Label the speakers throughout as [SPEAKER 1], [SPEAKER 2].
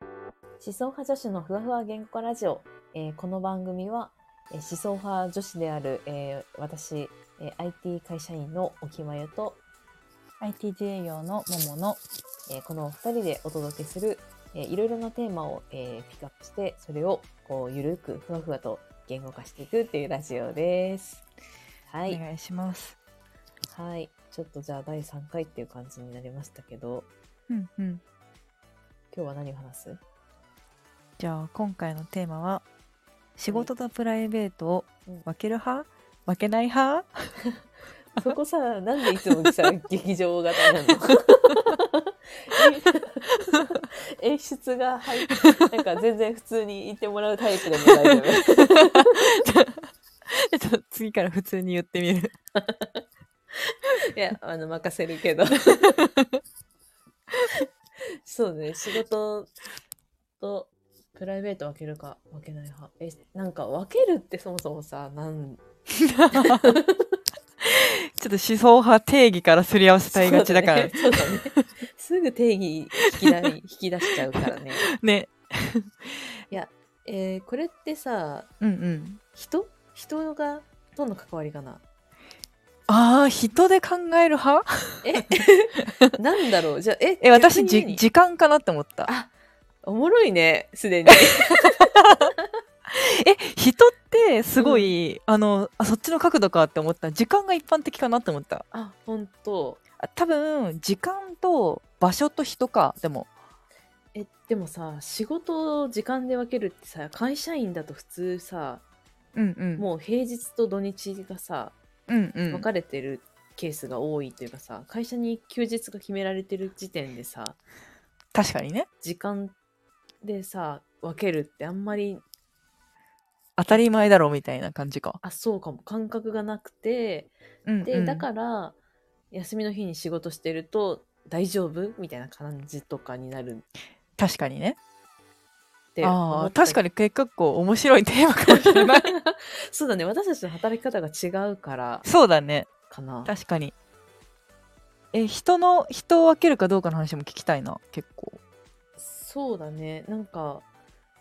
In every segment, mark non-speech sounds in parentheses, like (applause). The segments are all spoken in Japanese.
[SPEAKER 1] 思想派女子のふわふわ言語ラジオ、えーこの番組は、えー思想派女子である、えー私、えー IT 会社員の沖まゆと、
[SPEAKER 2] ITJ 用のももの
[SPEAKER 1] えーこの2人でお届けする、えーいろいろなテーマを、えーピックアップしてそれをこうゆるくふわふわと言語化していくっていうラジオです。は
[SPEAKER 2] お
[SPEAKER 1] い、
[SPEAKER 2] 願いします。
[SPEAKER 1] はい、ちょっとじゃあ第3回っていう感じになりましたけど
[SPEAKER 2] うんうん。
[SPEAKER 1] 今日は何を話す
[SPEAKER 2] じゃあ今回のテーマは仕事とプライベートを分ける派分けない派 (laughs)
[SPEAKER 1] そこさ、なんでいつもさ、劇場型 (laughs) なのえ演出が入 (laughs) っなんか全然普通に言ってもらうタイプでも大丈夫。
[SPEAKER 2] ちょっと次から普通に言ってみる。 (laughs)
[SPEAKER 1] いや、あの、任せるけど。 (laughs) そうね、仕事とプライベート分けるか分けない派。え、なんか分けるってそもそもさ、なん、
[SPEAKER 2] ちょっと思想派定義からすり合わせたいがちだからね。
[SPEAKER 1] そうだね。そうだねすぐ定義引き出い引き出しちゃうからね。
[SPEAKER 2] (laughs)
[SPEAKER 1] えーこれってさ、
[SPEAKER 2] うんうん。
[SPEAKER 1] 人人がとの関わりかな
[SPEAKER 2] ああ、人で考える派 (laughs)
[SPEAKER 1] えなんだろうじゃあえ
[SPEAKER 2] え、私、
[SPEAKER 1] 逆に
[SPEAKER 2] じ、時間かなって思った。
[SPEAKER 1] あおもろいねすでに
[SPEAKER 2] え、人って、すごい、あの、あ、そっちの角度かって思った。時間が一般的かなって思った。
[SPEAKER 1] あ本当
[SPEAKER 2] あ多分、時間と場所と人か。でも、
[SPEAKER 1] えでもさ仕事を時間で分けるってさ会社員だと普通さ
[SPEAKER 2] うんうん。
[SPEAKER 1] もう平日と土日がさ
[SPEAKER 2] うんうん。
[SPEAKER 1] 分かれてるケースが多いというかさ会社に休日が決められてる時点でさ
[SPEAKER 2] 確かにね。
[SPEAKER 1] 時間でさ分けるってあんまり
[SPEAKER 2] 当たり前だろ、みたいな感じか。
[SPEAKER 1] あそうかも感覚がなくて
[SPEAKER 2] うん、うん。
[SPEAKER 1] で、だから休みの日に仕事してると大丈夫みたいな感じとかになる
[SPEAKER 2] 確かにね。
[SPEAKER 1] って
[SPEAKER 2] ああ、確か
[SPEAKER 1] に
[SPEAKER 2] に結構面白いテーマかもし (laughs) れない。
[SPEAKER 1] そうだね私たちの働き方が違うから
[SPEAKER 2] そうだね。
[SPEAKER 1] かな
[SPEAKER 2] 確かにえ人の人を分けるかどうかの話も聞きたいな結構
[SPEAKER 1] そうだねなんか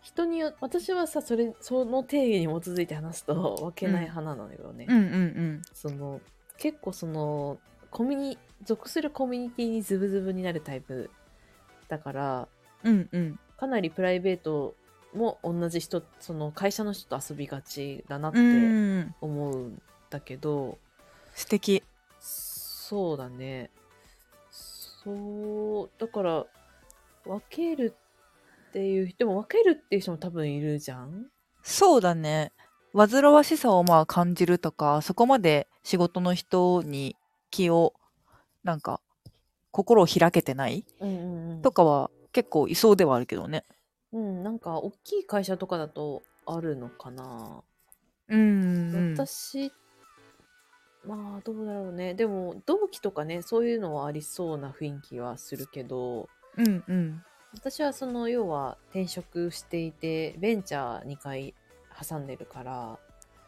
[SPEAKER 1] 人によ私はさそれその定義に基づいて話すと分けない派なのよね、
[SPEAKER 2] んうんうん
[SPEAKER 1] その結構そのコミュニ属するコミュニティにズブズブになるタイプだから
[SPEAKER 2] うんうん
[SPEAKER 1] かなりプライベートも同じ人その会社の人と遊びがちだなって
[SPEAKER 2] うん
[SPEAKER 1] 思うんだけど
[SPEAKER 2] 素敵
[SPEAKER 1] そうだねそうだから分けるっていうでも分けるっていう人も多分いるじゃん
[SPEAKER 2] そうだね煩わしさをまあ感じるとかそこまで仕事の人に気をなんか心を開けてない
[SPEAKER 1] うんうんうん
[SPEAKER 2] とかは結構いそうではあるけどね
[SPEAKER 1] うんなんか大きい会社とかだとあるのかな、
[SPEAKER 2] うん
[SPEAKER 1] 私まあどうだろうねでも同期とかねそういうのはありそうな雰囲気はするけど
[SPEAKER 2] うんうん
[SPEAKER 1] 私はその要は転職していてベンチャー2回挟んでるから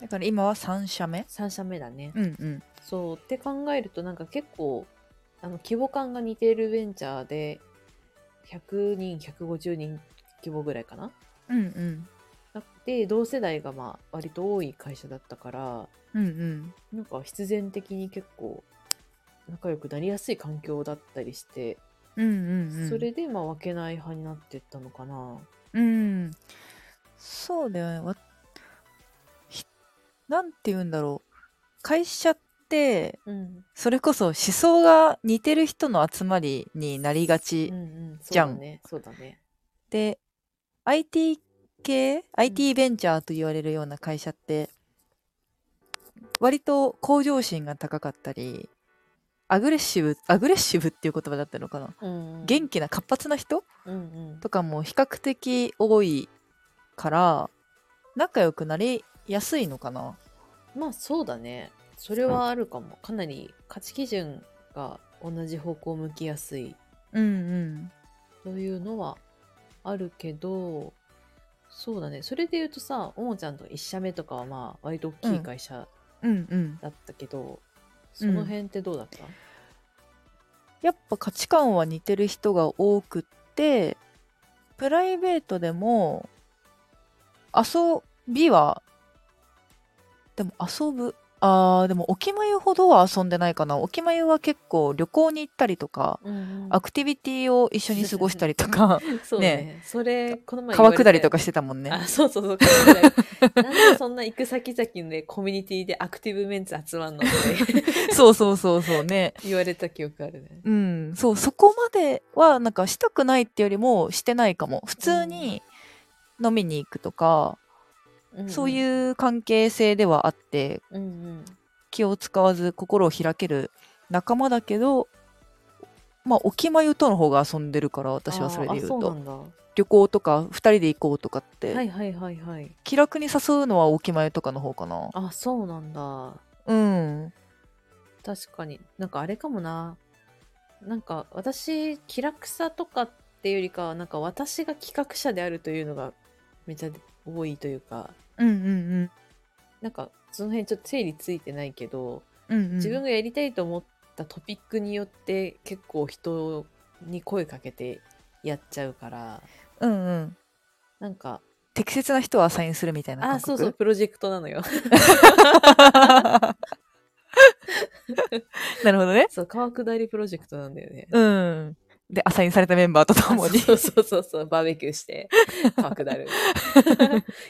[SPEAKER 2] だから今は3社目
[SPEAKER 1] 3社目だね、
[SPEAKER 2] うんうん
[SPEAKER 1] そうって考えるとなんか結構あの規模感が似ているベンチャーで100人150人規模ぐらいかな
[SPEAKER 2] うんうん
[SPEAKER 1] で同世代がまあ割と多い会社だったから
[SPEAKER 2] うんうん
[SPEAKER 1] なんか必然的に結構仲良くなりやすい環境だったりして、
[SPEAKER 2] うんうんうん
[SPEAKER 1] それでまあ分けない派になってったのかな
[SPEAKER 2] うん。そうだよね。わひなんて言うんだろう。会社って、
[SPEAKER 1] うん
[SPEAKER 2] それこそ思想が似てる人の集まりになりが
[SPEAKER 1] うん
[SPEAKER 2] ち
[SPEAKER 1] うんそう
[SPEAKER 2] じゃ
[SPEAKER 1] だ
[SPEAKER 2] ん
[SPEAKER 1] ねそうだね
[SPEAKER 2] で、IT 系、IT ベンチャーと言われるような会社って、割と向上心が高かったり、アグレッシブ、アグレッシブっていう言葉だったのかな。
[SPEAKER 1] うんうん
[SPEAKER 2] 元気な活発な人
[SPEAKER 1] うんうん
[SPEAKER 2] とかも比較的多いから仲良くなりやすいのかな
[SPEAKER 1] まあそうだねそれはあるかもかなり価値基準が同じ方向を向きやすい
[SPEAKER 2] うん
[SPEAKER 1] というのはあるけどそうだねそれで言うとさももちゃんと1社目とかはまあ割と大きい会社
[SPEAKER 2] うんうんうん
[SPEAKER 1] だったけど、その辺ってどうだった、
[SPEAKER 2] やっぱ価値観は似てる人が多くってプライベートでも、遊びは、でも遊ぶ。あー、でも、おきまゆほどは遊んでないかな。おきまゆは結構旅行に行ったりとか、
[SPEAKER 1] うん
[SPEAKER 2] アクティビティを一緒に過ごしたりと (laughs) か、
[SPEAKER 1] そうねそれこの前言わ
[SPEAKER 2] 川
[SPEAKER 1] れた
[SPEAKER 2] 下りとかしてたもんね。
[SPEAKER 1] あそうそうそう川下り (laughs) なんでそんな行く先々でコミュニティでアクティブメンツ集まんのって (laughs)
[SPEAKER 2] そうそうそうそうね。
[SPEAKER 1] 言われた記憶あるね
[SPEAKER 2] うん、そう、そこまでは、なんかしたくないってよりも、してないかも。普通に飲みに行くとか、そう
[SPEAKER 1] う
[SPEAKER 2] いう関係性ではあって、
[SPEAKER 1] んうん、うん
[SPEAKER 2] 気を使わず心を開ける仲間だけど、まあ、おきまゆとの方が遊んでるから、私はそれで言う
[SPEAKER 1] あーあそうな
[SPEAKER 2] と。
[SPEAKER 1] んだ
[SPEAKER 2] 旅行とか、2人で行こうとかって、
[SPEAKER 1] はいはいはいはい
[SPEAKER 2] 気楽に誘うのはおきまゆとかの方かな。
[SPEAKER 1] あそうなんだ
[SPEAKER 2] うん。
[SPEAKER 1] 確かになんかあれかもななんか私気楽さとかっていうよりかはなんか私が企画者であるというのがめちゃ多いというか
[SPEAKER 2] うんうん
[SPEAKER 1] なんかその辺ちょっと整理ついてないけど、
[SPEAKER 2] うん。うんうん、
[SPEAKER 1] 自分がやりたいと思ったトピックによって結構人に声かけてやっちゃうから
[SPEAKER 2] うんうん。
[SPEAKER 1] なんか
[SPEAKER 2] 適切な人はアサインするみたいな
[SPEAKER 1] あ
[SPEAKER 2] 感
[SPEAKER 1] そう
[SPEAKER 2] 覚
[SPEAKER 1] そうプロジェクトなのよ (laughs)
[SPEAKER 2] (laughs) なるほどね。
[SPEAKER 1] そう川下りプロジェクトなんだよね
[SPEAKER 2] うん。で、アサインされたメンバーと共に。
[SPEAKER 1] あそうそうそうそう、バーベキューして、川下 (laughs) る。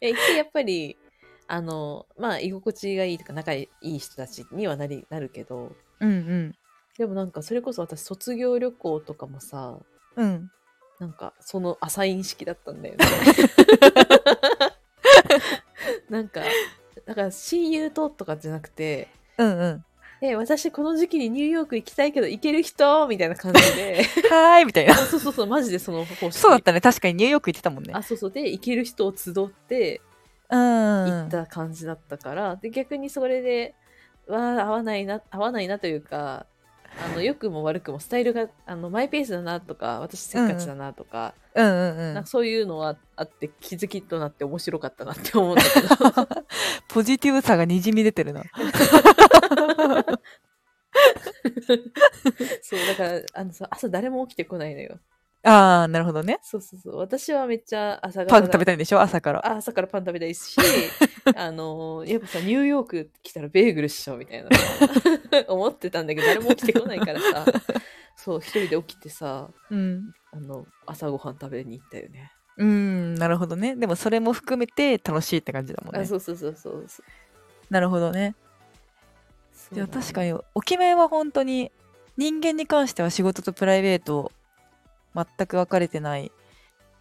[SPEAKER 1] いや、一応やっぱり、あの、まあ、居心地がいいとか、仲いい人たちにはなり、なるけど、
[SPEAKER 2] うん
[SPEAKER 1] でもなんか、それこそ私、卒業旅行とかもさ、
[SPEAKER 2] うん。うん。
[SPEAKER 1] なんか、そのアサイン式だったん (laughs) だよね。なんか、だから、親友ととかじゃなくて、
[SPEAKER 2] うん
[SPEAKER 1] (laughs)
[SPEAKER 2] うん。
[SPEAKER 1] え、私この時期にニューヨーク行きたいけど行ける人みたいな感じで。
[SPEAKER 2] はーいみたい
[SPEAKER 1] (laughs)
[SPEAKER 2] な。
[SPEAKER 1] あそうそうそう、マジでその方式。
[SPEAKER 2] そうだったね。確かにニューヨーク行ってたもんね。
[SPEAKER 1] あ、そうそう。で、行ける人を集って、
[SPEAKER 2] うんうん。
[SPEAKER 1] 行った感じだったから、で逆にそれでわあ合わないな合わないなというかあの良くも悪くもスタイルがあのマイペースだなとか私せっかちだなとか,、
[SPEAKER 2] うんうんう
[SPEAKER 1] なん
[SPEAKER 2] ん
[SPEAKER 1] か。そういうのはあって気づきとなって面白かったなって思うんだ
[SPEAKER 2] (laughs)
[SPEAKER 1] けど
[SPEAKER 2] ポジティブさがにじみ出てるな。
[SPEAKER 1] そうだからあのさ朝誰も起きてこないのよ
[SPEAKER 2] あー、なるほどね。
[SPEAKER 1] そうそうそう私はめっちゃ朝方
[SPEAKER 2] パン食べたいんでしょ朝から。
[SPEAKER 1] あ朝からパン食べたいし
[SPEAKER 2] (laughs)
[SPEAKER 1] あのやっぱさニューヨーク来たらベーグルっしょみたいな (laughs) 思ってたんだけど誰も起きてこないからさそう一人で起きてさ
[SPEAKER 2] うん。
[SPEAKER 1] あの朝ごはん食べに行ったよね
[SPEAKER 2] うん、なるほどね。でもそれも含めて楽しいって感じだもん
[SPEAKER 1] あ
[SPEAKER 2] ね。
[SPEAKER 1] そうそうそうそうそ
[SPEAKER 2] なるほどね。
[SPEAKER 1] う
[SPEAKER 2] いや確か
[SPEAKER 1] に
[SPEAKER 2] にお決めは本当に人間に関しては仕事とプライベート全く分かれてない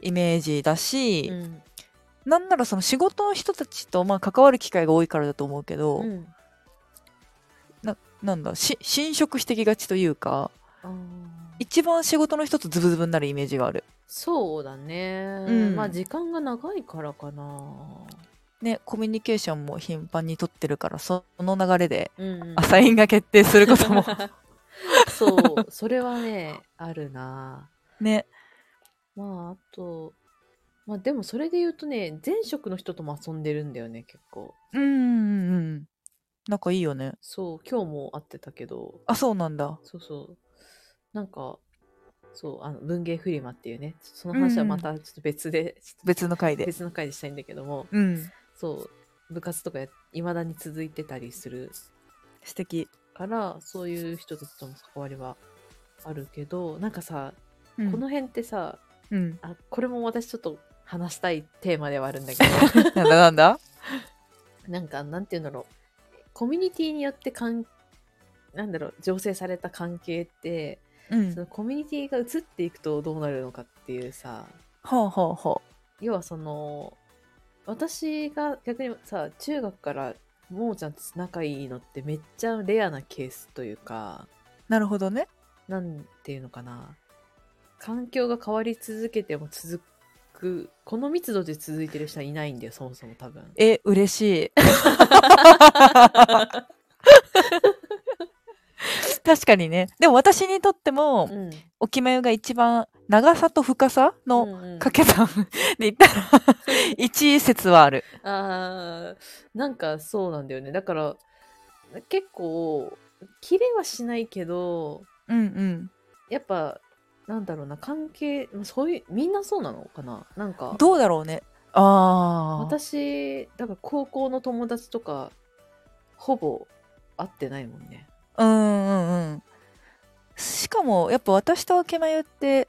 [SPEAKER 2] イメージだし、
[SPEAKER 1] うん
[SPEAKER 2] なんならその仕事の人たちとまあ関わる機会が多いからだと思うけど、
[SPEAKER 1] うん
[SPEAKER 2] なんだし侵食してきがちというか
[SPEAKER 1] あー
[SPEAKER 2] 一番仕事の人とズブズブになるイメージがある。
[SPEAKER 1] そうだね、
[SPEAKER 2] うん
[SPEAKER 1] まあ時間が長いからかな
[SPEAKER 2] ね、コミュニケーションも頻繁に取ってるからその流れで
[SPEAKER 1] うんうん
[SPEAKER 2] アサインが決定することも
[SPEAKER 1] (laughs) そうそれはねあるな
[SPEAKER 2] ね
[SPEAKER 1] まああとまあでもそれで言うとね前職の人とも遊んでるんだよね結構
[SPEAKER 2] うんうんうん仲いいよね
[SPEAKER 1] そう今日も会ってたけど
[SPEAKER 2] あそうなんだ
[SPEAKER 1] そうそうなんかそうあの文芸フリマっていうねその話はまたちょっと別で、ちょっ
[SPEAKER 2] 別の回
[SPEAKER 1] と
[SPEAKER 2] で
[SPEAKER 1] 別の回でしたいんだけども
[SPEAKER 2] うん
[SPEAKER 1] そう部活とかいまだに続いてたりする
[SPEAKER 2] 素敵
[SPEAKER 1] からそういう人たちとの関わりはあるけどなんかさ、
[SPEAKER 2] うん
[SPEAKER 1] この辺ってさ
[SPEAKER 2] うん。
[SPEAKER 1] あこれも私ちょっと話したいテーマではあるんだけど
[SPEAKER 2] (laughs) なんだなんだ
[SPEAKER 1] なんか、なんて言うんだろう。コミュニティによってかん、なんだろう、醸成された関係って、
[SPEAKER 2] うん
[SPEAKER 1] そのコミュニティが移っていくとどうなるのかっていうさ、
[SPEAKER 2] ほうほうほ
[SPEAKER 1] 要はその、私が逆にさ、中学からももちゃんと仲いいのってめっちゃレアなケースというか、
[SPEAKER 2] う。なるほどね。
[SPEAKER 1] なんていうのかな。環境が変わり続けても続く、この密度で続いてる人はいないんだよ、そもそも多分。
[SPEAKER 2] え、嬉し (laughs) い。確かにね。でも私にとっても、
[SPEAKER 1] うん。
[SPEAKER 2] おきまゆが一番長さと深さの
[SPEAKER 1] うんうん
[SPEAKER 2] 掛け算で言ったら、一位説はある。
[SPEAKER 1] あーなんかそうなんだよねだから結構キレはしないけど
[SPEAKER 2] うんうん。
[SPEAKER 1] やっぱなんだろうな関係まあそういうみんなそうなのかななんか
[SPEAKER 2] どうだろうねああ
[SPEAKER 1] 私だから高校の友達とかほぼ会ってないもんね
[SPEAKER 2] うんうんうんしかもやっぱ私と明眉って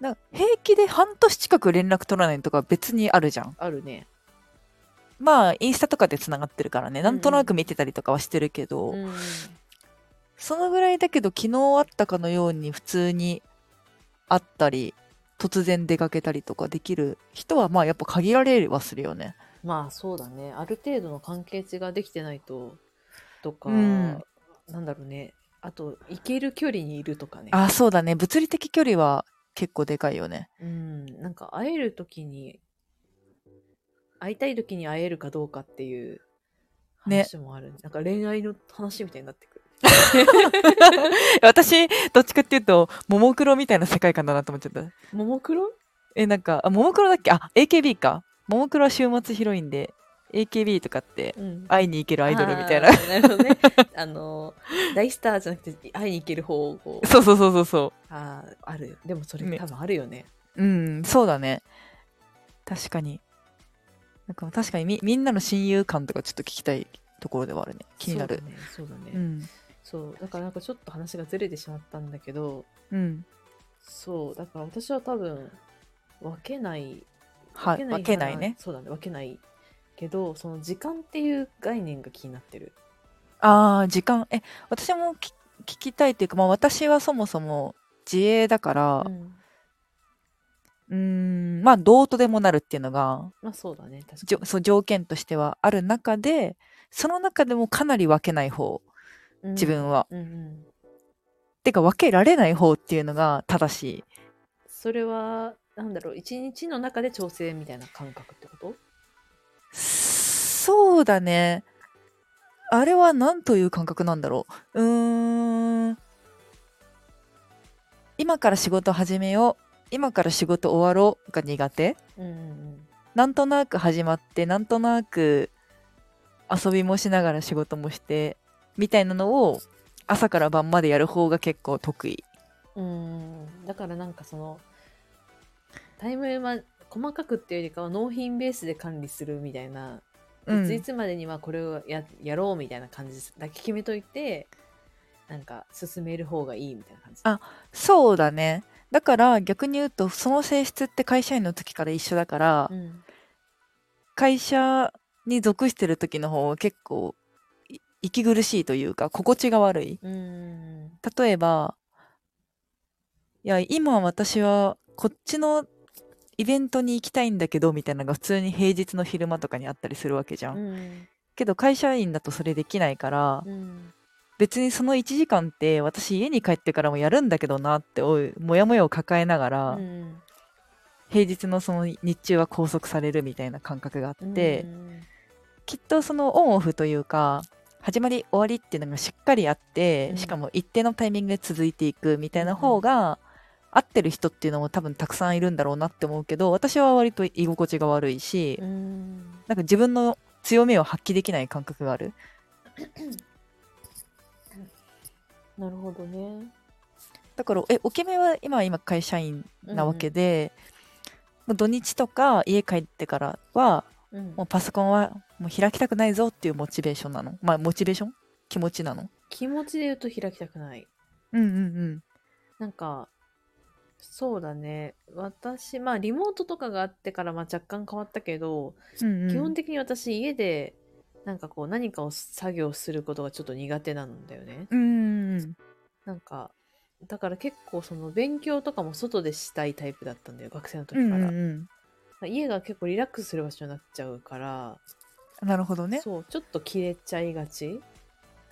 [SPEAKER 2] なんか平気で半年近く連絡取らないとか別にあるじゃん
[SPEAKER 1] あるね、
[SPEAKER 2] まあインスタとかでつながってるからね
[SPEAKER 1] んう
[SPEAKER 2] なんんとなく見てたりとかはしてるけど、
[SPEAKER 1] うん、
[SPEAKER 2] そのぐらいだけど昨日あったかのように普通に会ったり突然出かけたりとかできる人はまあやっぱ限られはするよね
[SPEAKER 1] まあそうだねある程度の関係値ができてないととか、
[SPEAKER 2] うん
[SPEAKER 1] なんだろうねあと行ける距離にいるとかね
[SPEAKER 2] あそうだね物理的距離は結構でかいよね
[SPEAKER 1] うんなんか会える時に会いたい時に会えるかどうかっていう
[SPEAKER 2] ね
[SPEAKER 1] 話もある、なんか恋愛の話みたいになってくる
[SPEAKER 2] 私どっちかっていうとももクロみたいな世界観だなと思っちゃった
[SPEAKER 1] ももクロ
[SPEAKER 2] えなんかあももクロだっけあ AKB かももクロは週末ヒロインで AKB とかって
[SPEAKER 1] うん
[SPEAKER 2] 会いに行けるアイドルみたいな
[SPEAKER 1] あーなるほどね。 (laughs) あの、大スターじゃなくて、会いに行ける方法
[SPEAKER 2] (laughs) そうそうそうそうそ
[SPEAKER 1] あーある。でもそれ
[SPEAKER 2] ね
[SPEAKER 1] 多分あるよね。
[SPEAKER 2] ううんそうだね確かになんか確かにみみんなの親友感とかちょっと聞きたいところではあるね気になる
[SPEAKER 1] そうだね。そうだね。
[SPEAKER 2] うん
[SPEAKER 1] そう。だからなんかちょっと話がずれてしまったんだけど、
[SPEAKER 2] うん
[SPEAKER 1] そう。だから私は多分、分けない。
[SPEAKER 2] はい分けないね。
[SPEAKER 1] そうだね。分けない。けど、その時間っていう概念が気になってる。
[SPEAKER 2] ああ時間え私もき聞きたいというか、まあ、私はそもそも自営だから
[SPEAKER 1] うん
[SPEAKER 2] うーんまあどうとでもなるっていうのが
[SPEAKER 1] まあそうだね。確
[SPEAKER 2] じ
[SPEAKER 1] か
[SPEAKER 2] ょそう条件としてはある中でその中でもかなり分けない方
[SPEAKER 1] に。
[SPEAKER 2] 自分は、
[SPEAKER 1] うん。うんうん。
[SPEAKER 2] てか分けられない方っていうのが正しい
[SPEAKER 1] それは、なんだろう、一日の中で調整みたいな感覚ってこと
[SPEAKER 2] そうだねあれは何という感覚なんだろううーん今から仕事始めよう今から仕事終わろうが苦手
[SPEAKER 1] うんうんうん。
[SPEAKER 2] なんとなく始まってなんとなく遊びもしながら仕事もしてみたいなのを朝から晩までやる方が結構得意
[SPEAKER 1] うーんだからなんかそのタイムは細かくっていうよりかは納品ベースで管理するみたいな、
[SPEAKER 2] う
[SPEAKER 1] い
[SPEAKER 2] ん
[SPEAKER 1] ついつまでにはこれをややろうみたいな感じだけ決めといてなんか進める方がいいみたいな感じ
[SPEAKER 2] あそうだねだから逆に言うとその性質って会社員の時から一緒だから、
[SPEAKER 1] うん
[SPEAKER 2] 会社に属してる時の方は結構い息苦しいというか心地が悪いう
[SPEAKER 1] ーん
[SPEAKER 2] 例えばいや今私はこっちのイベントに行きたいんだけどみたいなのが普通に平日の昼間とかにあったりするわけじゃん、
[SPEAKER 1] うん
[SPEAKER 2] けど会社員だとそれできないから、
[SPEAKER 1] うん
[SPEAKER 2] 別にその1時間って私家に帰ってからもやるんだけどなっておいモヤモヤを抱えながら、
[SPEAKER 1] うん
[SPEAKER 2] 平日のその日中は拘束されるみたいな感覚があって、
[SPEAKER 1] うん
[SPEAKER 2] きっとそのオンオフというか始まり終わりっていうのがしっかりあって、
[SPEAKER 1] うん
[SPEAKER 2] しかも一定のタイミングで続いていくみたいな方が、合ってる人っていうのも多分たくさんいるんだろうなって思うけど私は割と居心地が悪いし、
[SPEAKER 1] うん
[SPEAKER 2] なんか自分の強みを発揮できない感覚がある
[SPEAKER 1] なるほどね
[SPEAKER 2] だからえおけめは今今会社員なわけで、もう土日とか家帰ってからは
[SPEAKER 1] うん
[SPEAKER 2] もうパソコンはもう開きたくないぞっていうモチベーションなのまあモチベーション気持ちなの
[SPEAKER 1] 気持ちで言うと開きたくない
[SPEAKER 2] うんうんうん
[SPEAKER 1] なんか、そうだね。私、まあ、リモートとかがあってから、まあ、若干変わったけど、
[SPEAKER 2] うんうん
[SPEAKER 1] 基本的に私、家で、なんかこう、何かを作業することがちょっと苦手なんだよね。
[SPEAKER 2] うんうんうん
[SPEAKER 1] なんか、だから結構、その、勉強とかも外でしたいタイプだったんだよ、学生の時
[SPEAKER 2] うん
[SPEAKER 1] か
[SPEAKER 2] う
[SPEAKER 1] ら。
[SPEAKER 2] ん
[SPEAKER 1] 家が結構リラックスする場所になっちゃうから、
[SPEAKER 2] うん、なるほどねそ
[SPEAKER 1] そう、ちょっと切れちゃいがち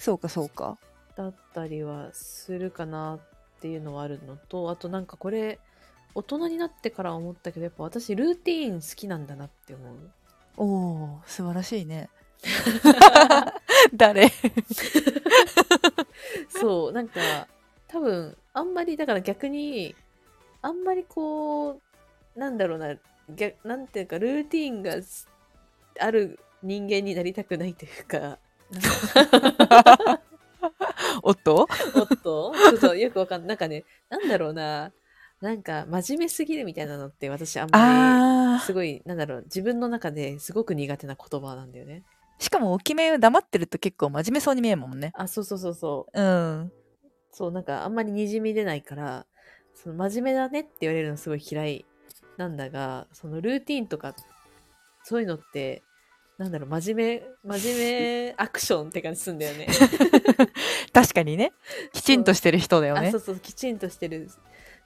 [SPEAKER 2] うかそうか
[SPEAKER 1] だったりはするかなっていうのはあるのとあとなんかこれ大人になってから思ったけどやっぱ私ルーティーン好きなんだなって思う
[SPEAKER 2] おおー素晴らしいね (laughs) 誰
[SPEAKER 1] そうなんか多分あんまりだから逆にあんまりこうなんだろうな逆なんていうかルーティーンがすある人間になりたくないというか
[SPEAKER 2] おっと
[SPEAKER 1] おっとちょっとよくわかんない。なんかね、なんだろうな。なんか、真面目すぎるみたいなのって私あんまり、
[SPEAKER 2] ああ。
[SPEAKER 1] すごい、なんだろう、自分の中ですごく苦手な言葉なんだよね。
[SPEAKER 2] しかも、大きめを黙ってると結構真面目そうに見えるもんね。
[SPEAKER 1] あ、そうそうそうそう。
[SPEAKER 2] うん。
[SPEAKER 1] そう、なんかあんまりにじみ出ないから、その真面目だねって言われるのすごい嫌いなんだが、そのルーティンとか、そういうのって、なんだろう、真面目、真面目アクションって感じすんだよね。
[SPEAKER 2] 確かにね。きちんとしてる人だよ
[SPEAKER 1] あ
[SPEAKER 2] ね
[SPEAKER 1] そう。そう、きちんとしてる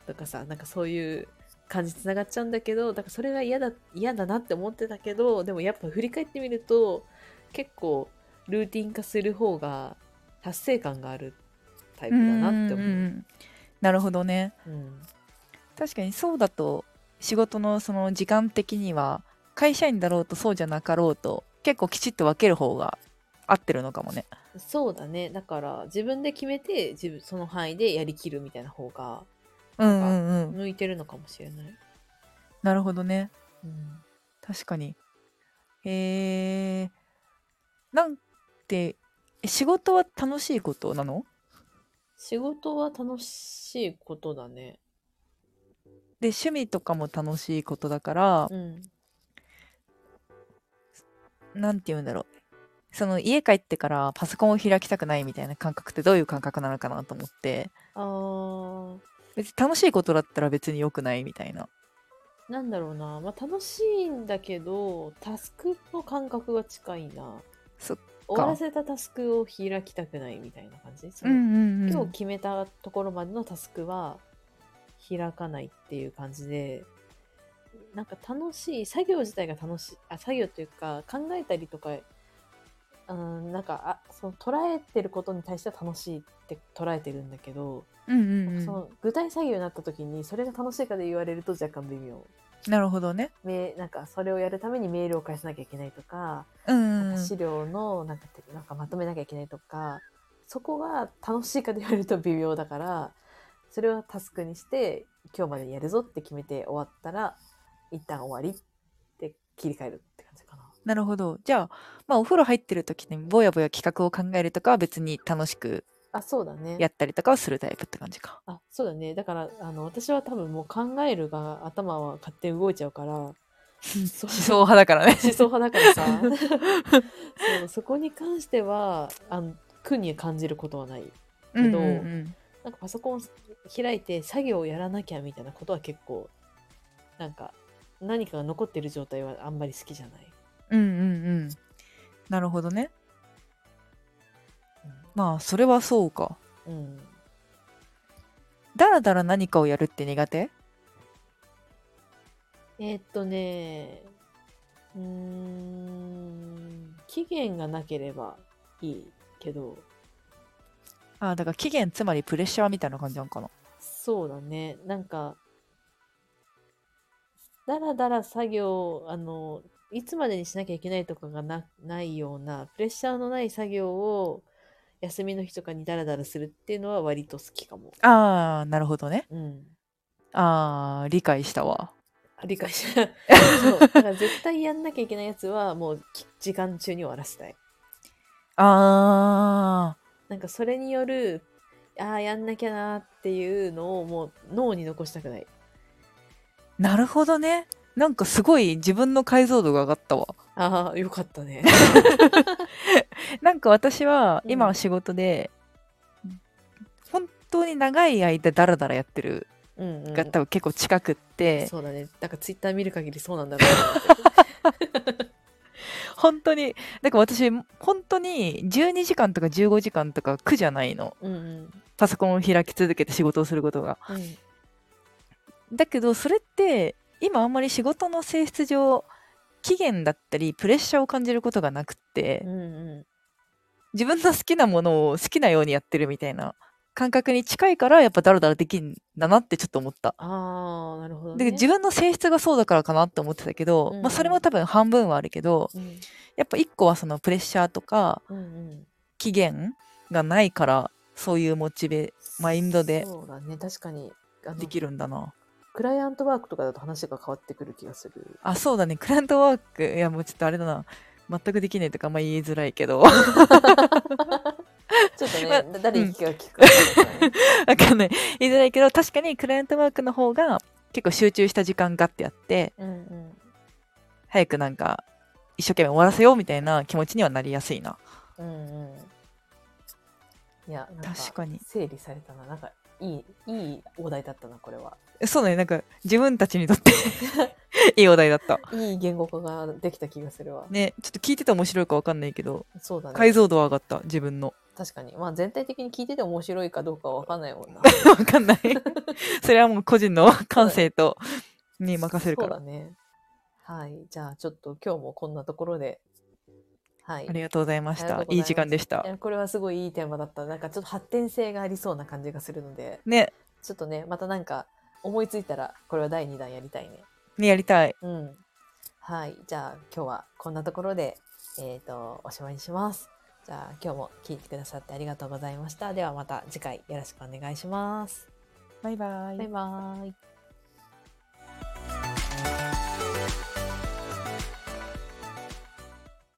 [SPEAKER 1] とかさ、なんかそういう感じつながっちゃうんだけど、だからそれが嫌だ、嫌だなって思ってたけど、でもやっぱ振り返ってみると、結構ルーティン化する方が達成感があるタイプだなって思
[SPEAKER 2] んん
[SPEAKER 1] う。
[SPEAKER 2] んなるほどね。
[SPEAKER 1] うん
[SPEAKER 2] 確かにそうだと仕事のその時間的には会社員だろうとそうじゃなかろうと結構きちっと分ける方が合ってるのかもね。
[SPEAKER 1] そうだねだから自分で決めて自分その範囲でやりきるみたいな方が
[SPEAKER 2] うんうんうん。
[SPEAKER 1] 向いてるのかもしれない、
[SPEAKER 2] なるほどね。
[SPEAKER 1] うん
[SPEAKER 2] 確かに。へえ。なんてえ仕事は楽しいことなの
[SPEAKER 1] 仕事は楽しいことだね
[SPEAKER 2] で趣味とかも楽しいことだから
[SPEAKER 1] うん
[SPEAKER 2] なんて言うんだろう。その家帰ってからパソコンを開きたくないみたいな感覚ってどういう感覚なのかなと思って
[SPEAKER 1] あー
[SPEAKER 2] 別に楽しいことだったら別に良くないみたいな。
[SPEAKER 1] なんだろうな、まあ、楽しいんだけどタスクの感覚が近いな
[SPEAKER 2] そっ
[SPEAKER 1] 終わらせたタスクを開きたくないみたいな感じその
[SPEAKER 2] ん
[SPEAKER 1] 今日決めたところまでのタスクは開かないっていう感じでなんか楽しい作業自体が楽しいあ作業というか考えたりとかうんなんかあその捉えてることに対しては楽しいって捉えてるんだけど、
[SPEAKER 2] うんうんうん
[SPEAKER 1] その具体作業になった時にそれが楽しいかで言われると若干微妙
[SPEAKER 2] なるほどね。
[SPEAKER 1] めなんかそれをやるためにメールを返さなきゃいけないとか
[SPEAKER 2] うんうん
[SPEAKER 1] 資料のなんかてなんかまとめなきゃいけないとかそこが楽しいかで言われると微妙だからそれをタスクにして今日までやるぞって決めて終わったら一旦終わりって切り替えるって感じかな。
[SPEAKER 2] なるほど。じゃあ、まあ、お風呂入ってる時にぼやぼや企画を考えるとかは別に楽しく
[SPEAKER 1] あそうだね。
[SPEAKER 2] やったりとかをするタイプって感じか。
[SPEAKER 1] あそうだねだからあの私は多分もう考えるが頭は勝手に動いちゃうからそう
[SPEAKER 2] 思想派だからね。
[SPEAKER 1] 思想派だから
[SPEAKER 2] (laughs)
[SPEAKER 1] さそうそこに関してはあの苦に感じることはないけど
[SPEAKER 2] うんうんうん
[SPEAKER 1] なんかパソコン開いて作業をやらなきゃみたいなことは結構なんか何かが残ってる状態はあんまり好きじゃない。
[SPEAKER 2] うんうんうん。なるほどね。まあ、それはそうか。
[SPEAKER 1] うん、うん
[SPEAKER 2] だらだら何かをやるって苦手
[SPEAKER 1] えーっとねうーん期限がなければいいけど
[SPEAKER 2] ああ、だから期限、つまりプレッシャーみたいな感じなのかな。
[SPEAKER 1] そうだねなんかだらだら作業あのいつまでにしなきゃいけないとかがなないようなプレッシャーのない作業を休みの日とかにだらだらするっていうのは割と好きかも。
[SPEAKER 2] ああ、なるほどね。
[SPEAKER 1] うん、
[SPEAKER 2] ああ、理解したわ。
[SPEAKER 1] あ理解したそうだから絶対やんなきゃいけないやつはもうき時間中に終わらせたい。
[SPEAKER 2] ああ、
[SPEAKER 1] なんかそれによるああやんなきゃなーっていうのをもう脳に残したくない。
[SPEAKER 2] なるほどね。なんかすごい自分の解像度が上がったわ。
[SPEAKER 1] ああよかったね。
[SPEAKER 2] なんか私は
[SPEAKER 1] うん
[SPEAKER 2] 今仕事で、本当に長い間ダラダラやってる
[SPEAKER 1] うんうん、
[SPEAKER 2] が多分結構近くって、
[SPEAKER 1] そうだね。なんかツイッター見る限りそうなんだろ
[SPEAKER 2] 本当に、だから私本当に12時間とか15時間とか苦じゃないの。
[SPEAKER 1] (laughs) うな。うんうん。
[SPEAKER 2] パソコンを開き続けて仕事をすることが。だけどそれって今あんまり仕事の性質上、期限だったりプレッシャーを感じることがなくって、
[SPEAKER 1] うんうん。
[SPEAKER 2] 自分の好きなものを好きなようにやってるみたいな感覚に近いからやっぱダラダラできんだなってちょっと思った。
[SPEAKER 1] ああ、なるほど、ね。
[SPEAKER 2] で自分の性質がそうだからかなって思ってたけど、
[SPEAKER 1] うん
[SPEAKER 2] まあ、それも多分半分はあるけど
[SPEAKER 1] うん
[SPEAKER 2] やっぱ一個はそのプレッシャーとか
[SPEAKER 1] うんうん。
[SPEAKER 2] 期限がないからそういうモチベマインドで
[SPEAKER 1] そうだね。確かに。あの
[SPEAKER 2] できるんだな。
[SPEAKER 1] クライアントワークとかだと話が変わってくる気がする。
[SPEAKER 2] あそうだねクライアントワークいやもうちょっとあれだな全くできないとかあんま言いづらいけど
[SPEAKER 1] ちょっとね、
[SPEAKER 2] ま
[SPEAKER 1] (laughs)
[SPEAKER 2] あ
[SPEAKER 1] だ誰に聞くか聞くかみたいなね。
[SPEAKER 2] (laughs) わかんない。言いづらいけど、確かにクライアントワークの方が結構集中した時間がってやって、
[SPEAKER 1] うんうん。
[SPEAKER 2] 早くなんか、一生懸命終わらせようみたいな気持ちにはなりやすいな。
[SPEAKER 1] うんうん。いや、なんか
[SPEAKER 2] 確かに
[SPEAKER 1] 整理されたな。なんか、いい、いいお題だったな、これは。
[SPEAKER 2] そうだね、なんか自分たちにとって (laughs) いいお題だった。
[SPEAKER 1] いい言語化ができた気がするわ。
[SPEAKER 2] ね、ちょっと聞いてて面白いかわかんないけど、
[SPEAKER 1] そうだね。
[SPEAKER 2] 解像度は上がった、自分の。 (laughs)
[SPEAKER 1] 確かに。まあ、全体的に聞いてて面白いかどうかは分かんないもんな。
[SPEAKER 2] わかん (laughs) ない。それはもう個人の感性と、 (laughs) に任せるか
[SPEAKER 1] そう
[SPEAKER 2] ら
[SPEAKER 1] だ。ね。はい。じゃあ、ちょっと今日もこんなところで。はい
[SPEAKER 2] あ。りがとうございまし
[SPEAKER 1] ありがと
[SPEAKER 2] た
[SPEAKER 1] う。ござい
[SPEAKER 2] い
[SPEAKER 1] ま
[SPEAKER 2] い
[SPEAKER 1] す
[SPEAKER 2] 時間でした
[SPEAKER 1] い。やこれはすごいいいテーマだった。なんかちょっと発展性がありそうな感じがするので、
[SPEAKER 2] ね、
[SPEAKER 1] ちょっとね、またなんか思いついたら、これは第2弾やりたいね。
[SPEAKER 2] ね、やりたい。
[SPEAKER 1] うん。はい。じゃあ今日はこんなところで、えっ、と、おしまいにします。じゃあ今日も聞いてくださってありがとうございました。ではまた次回よろしくお願いします。
[SPEAKER 2] バイバイ
[SPEAKER 1] バイバーイ。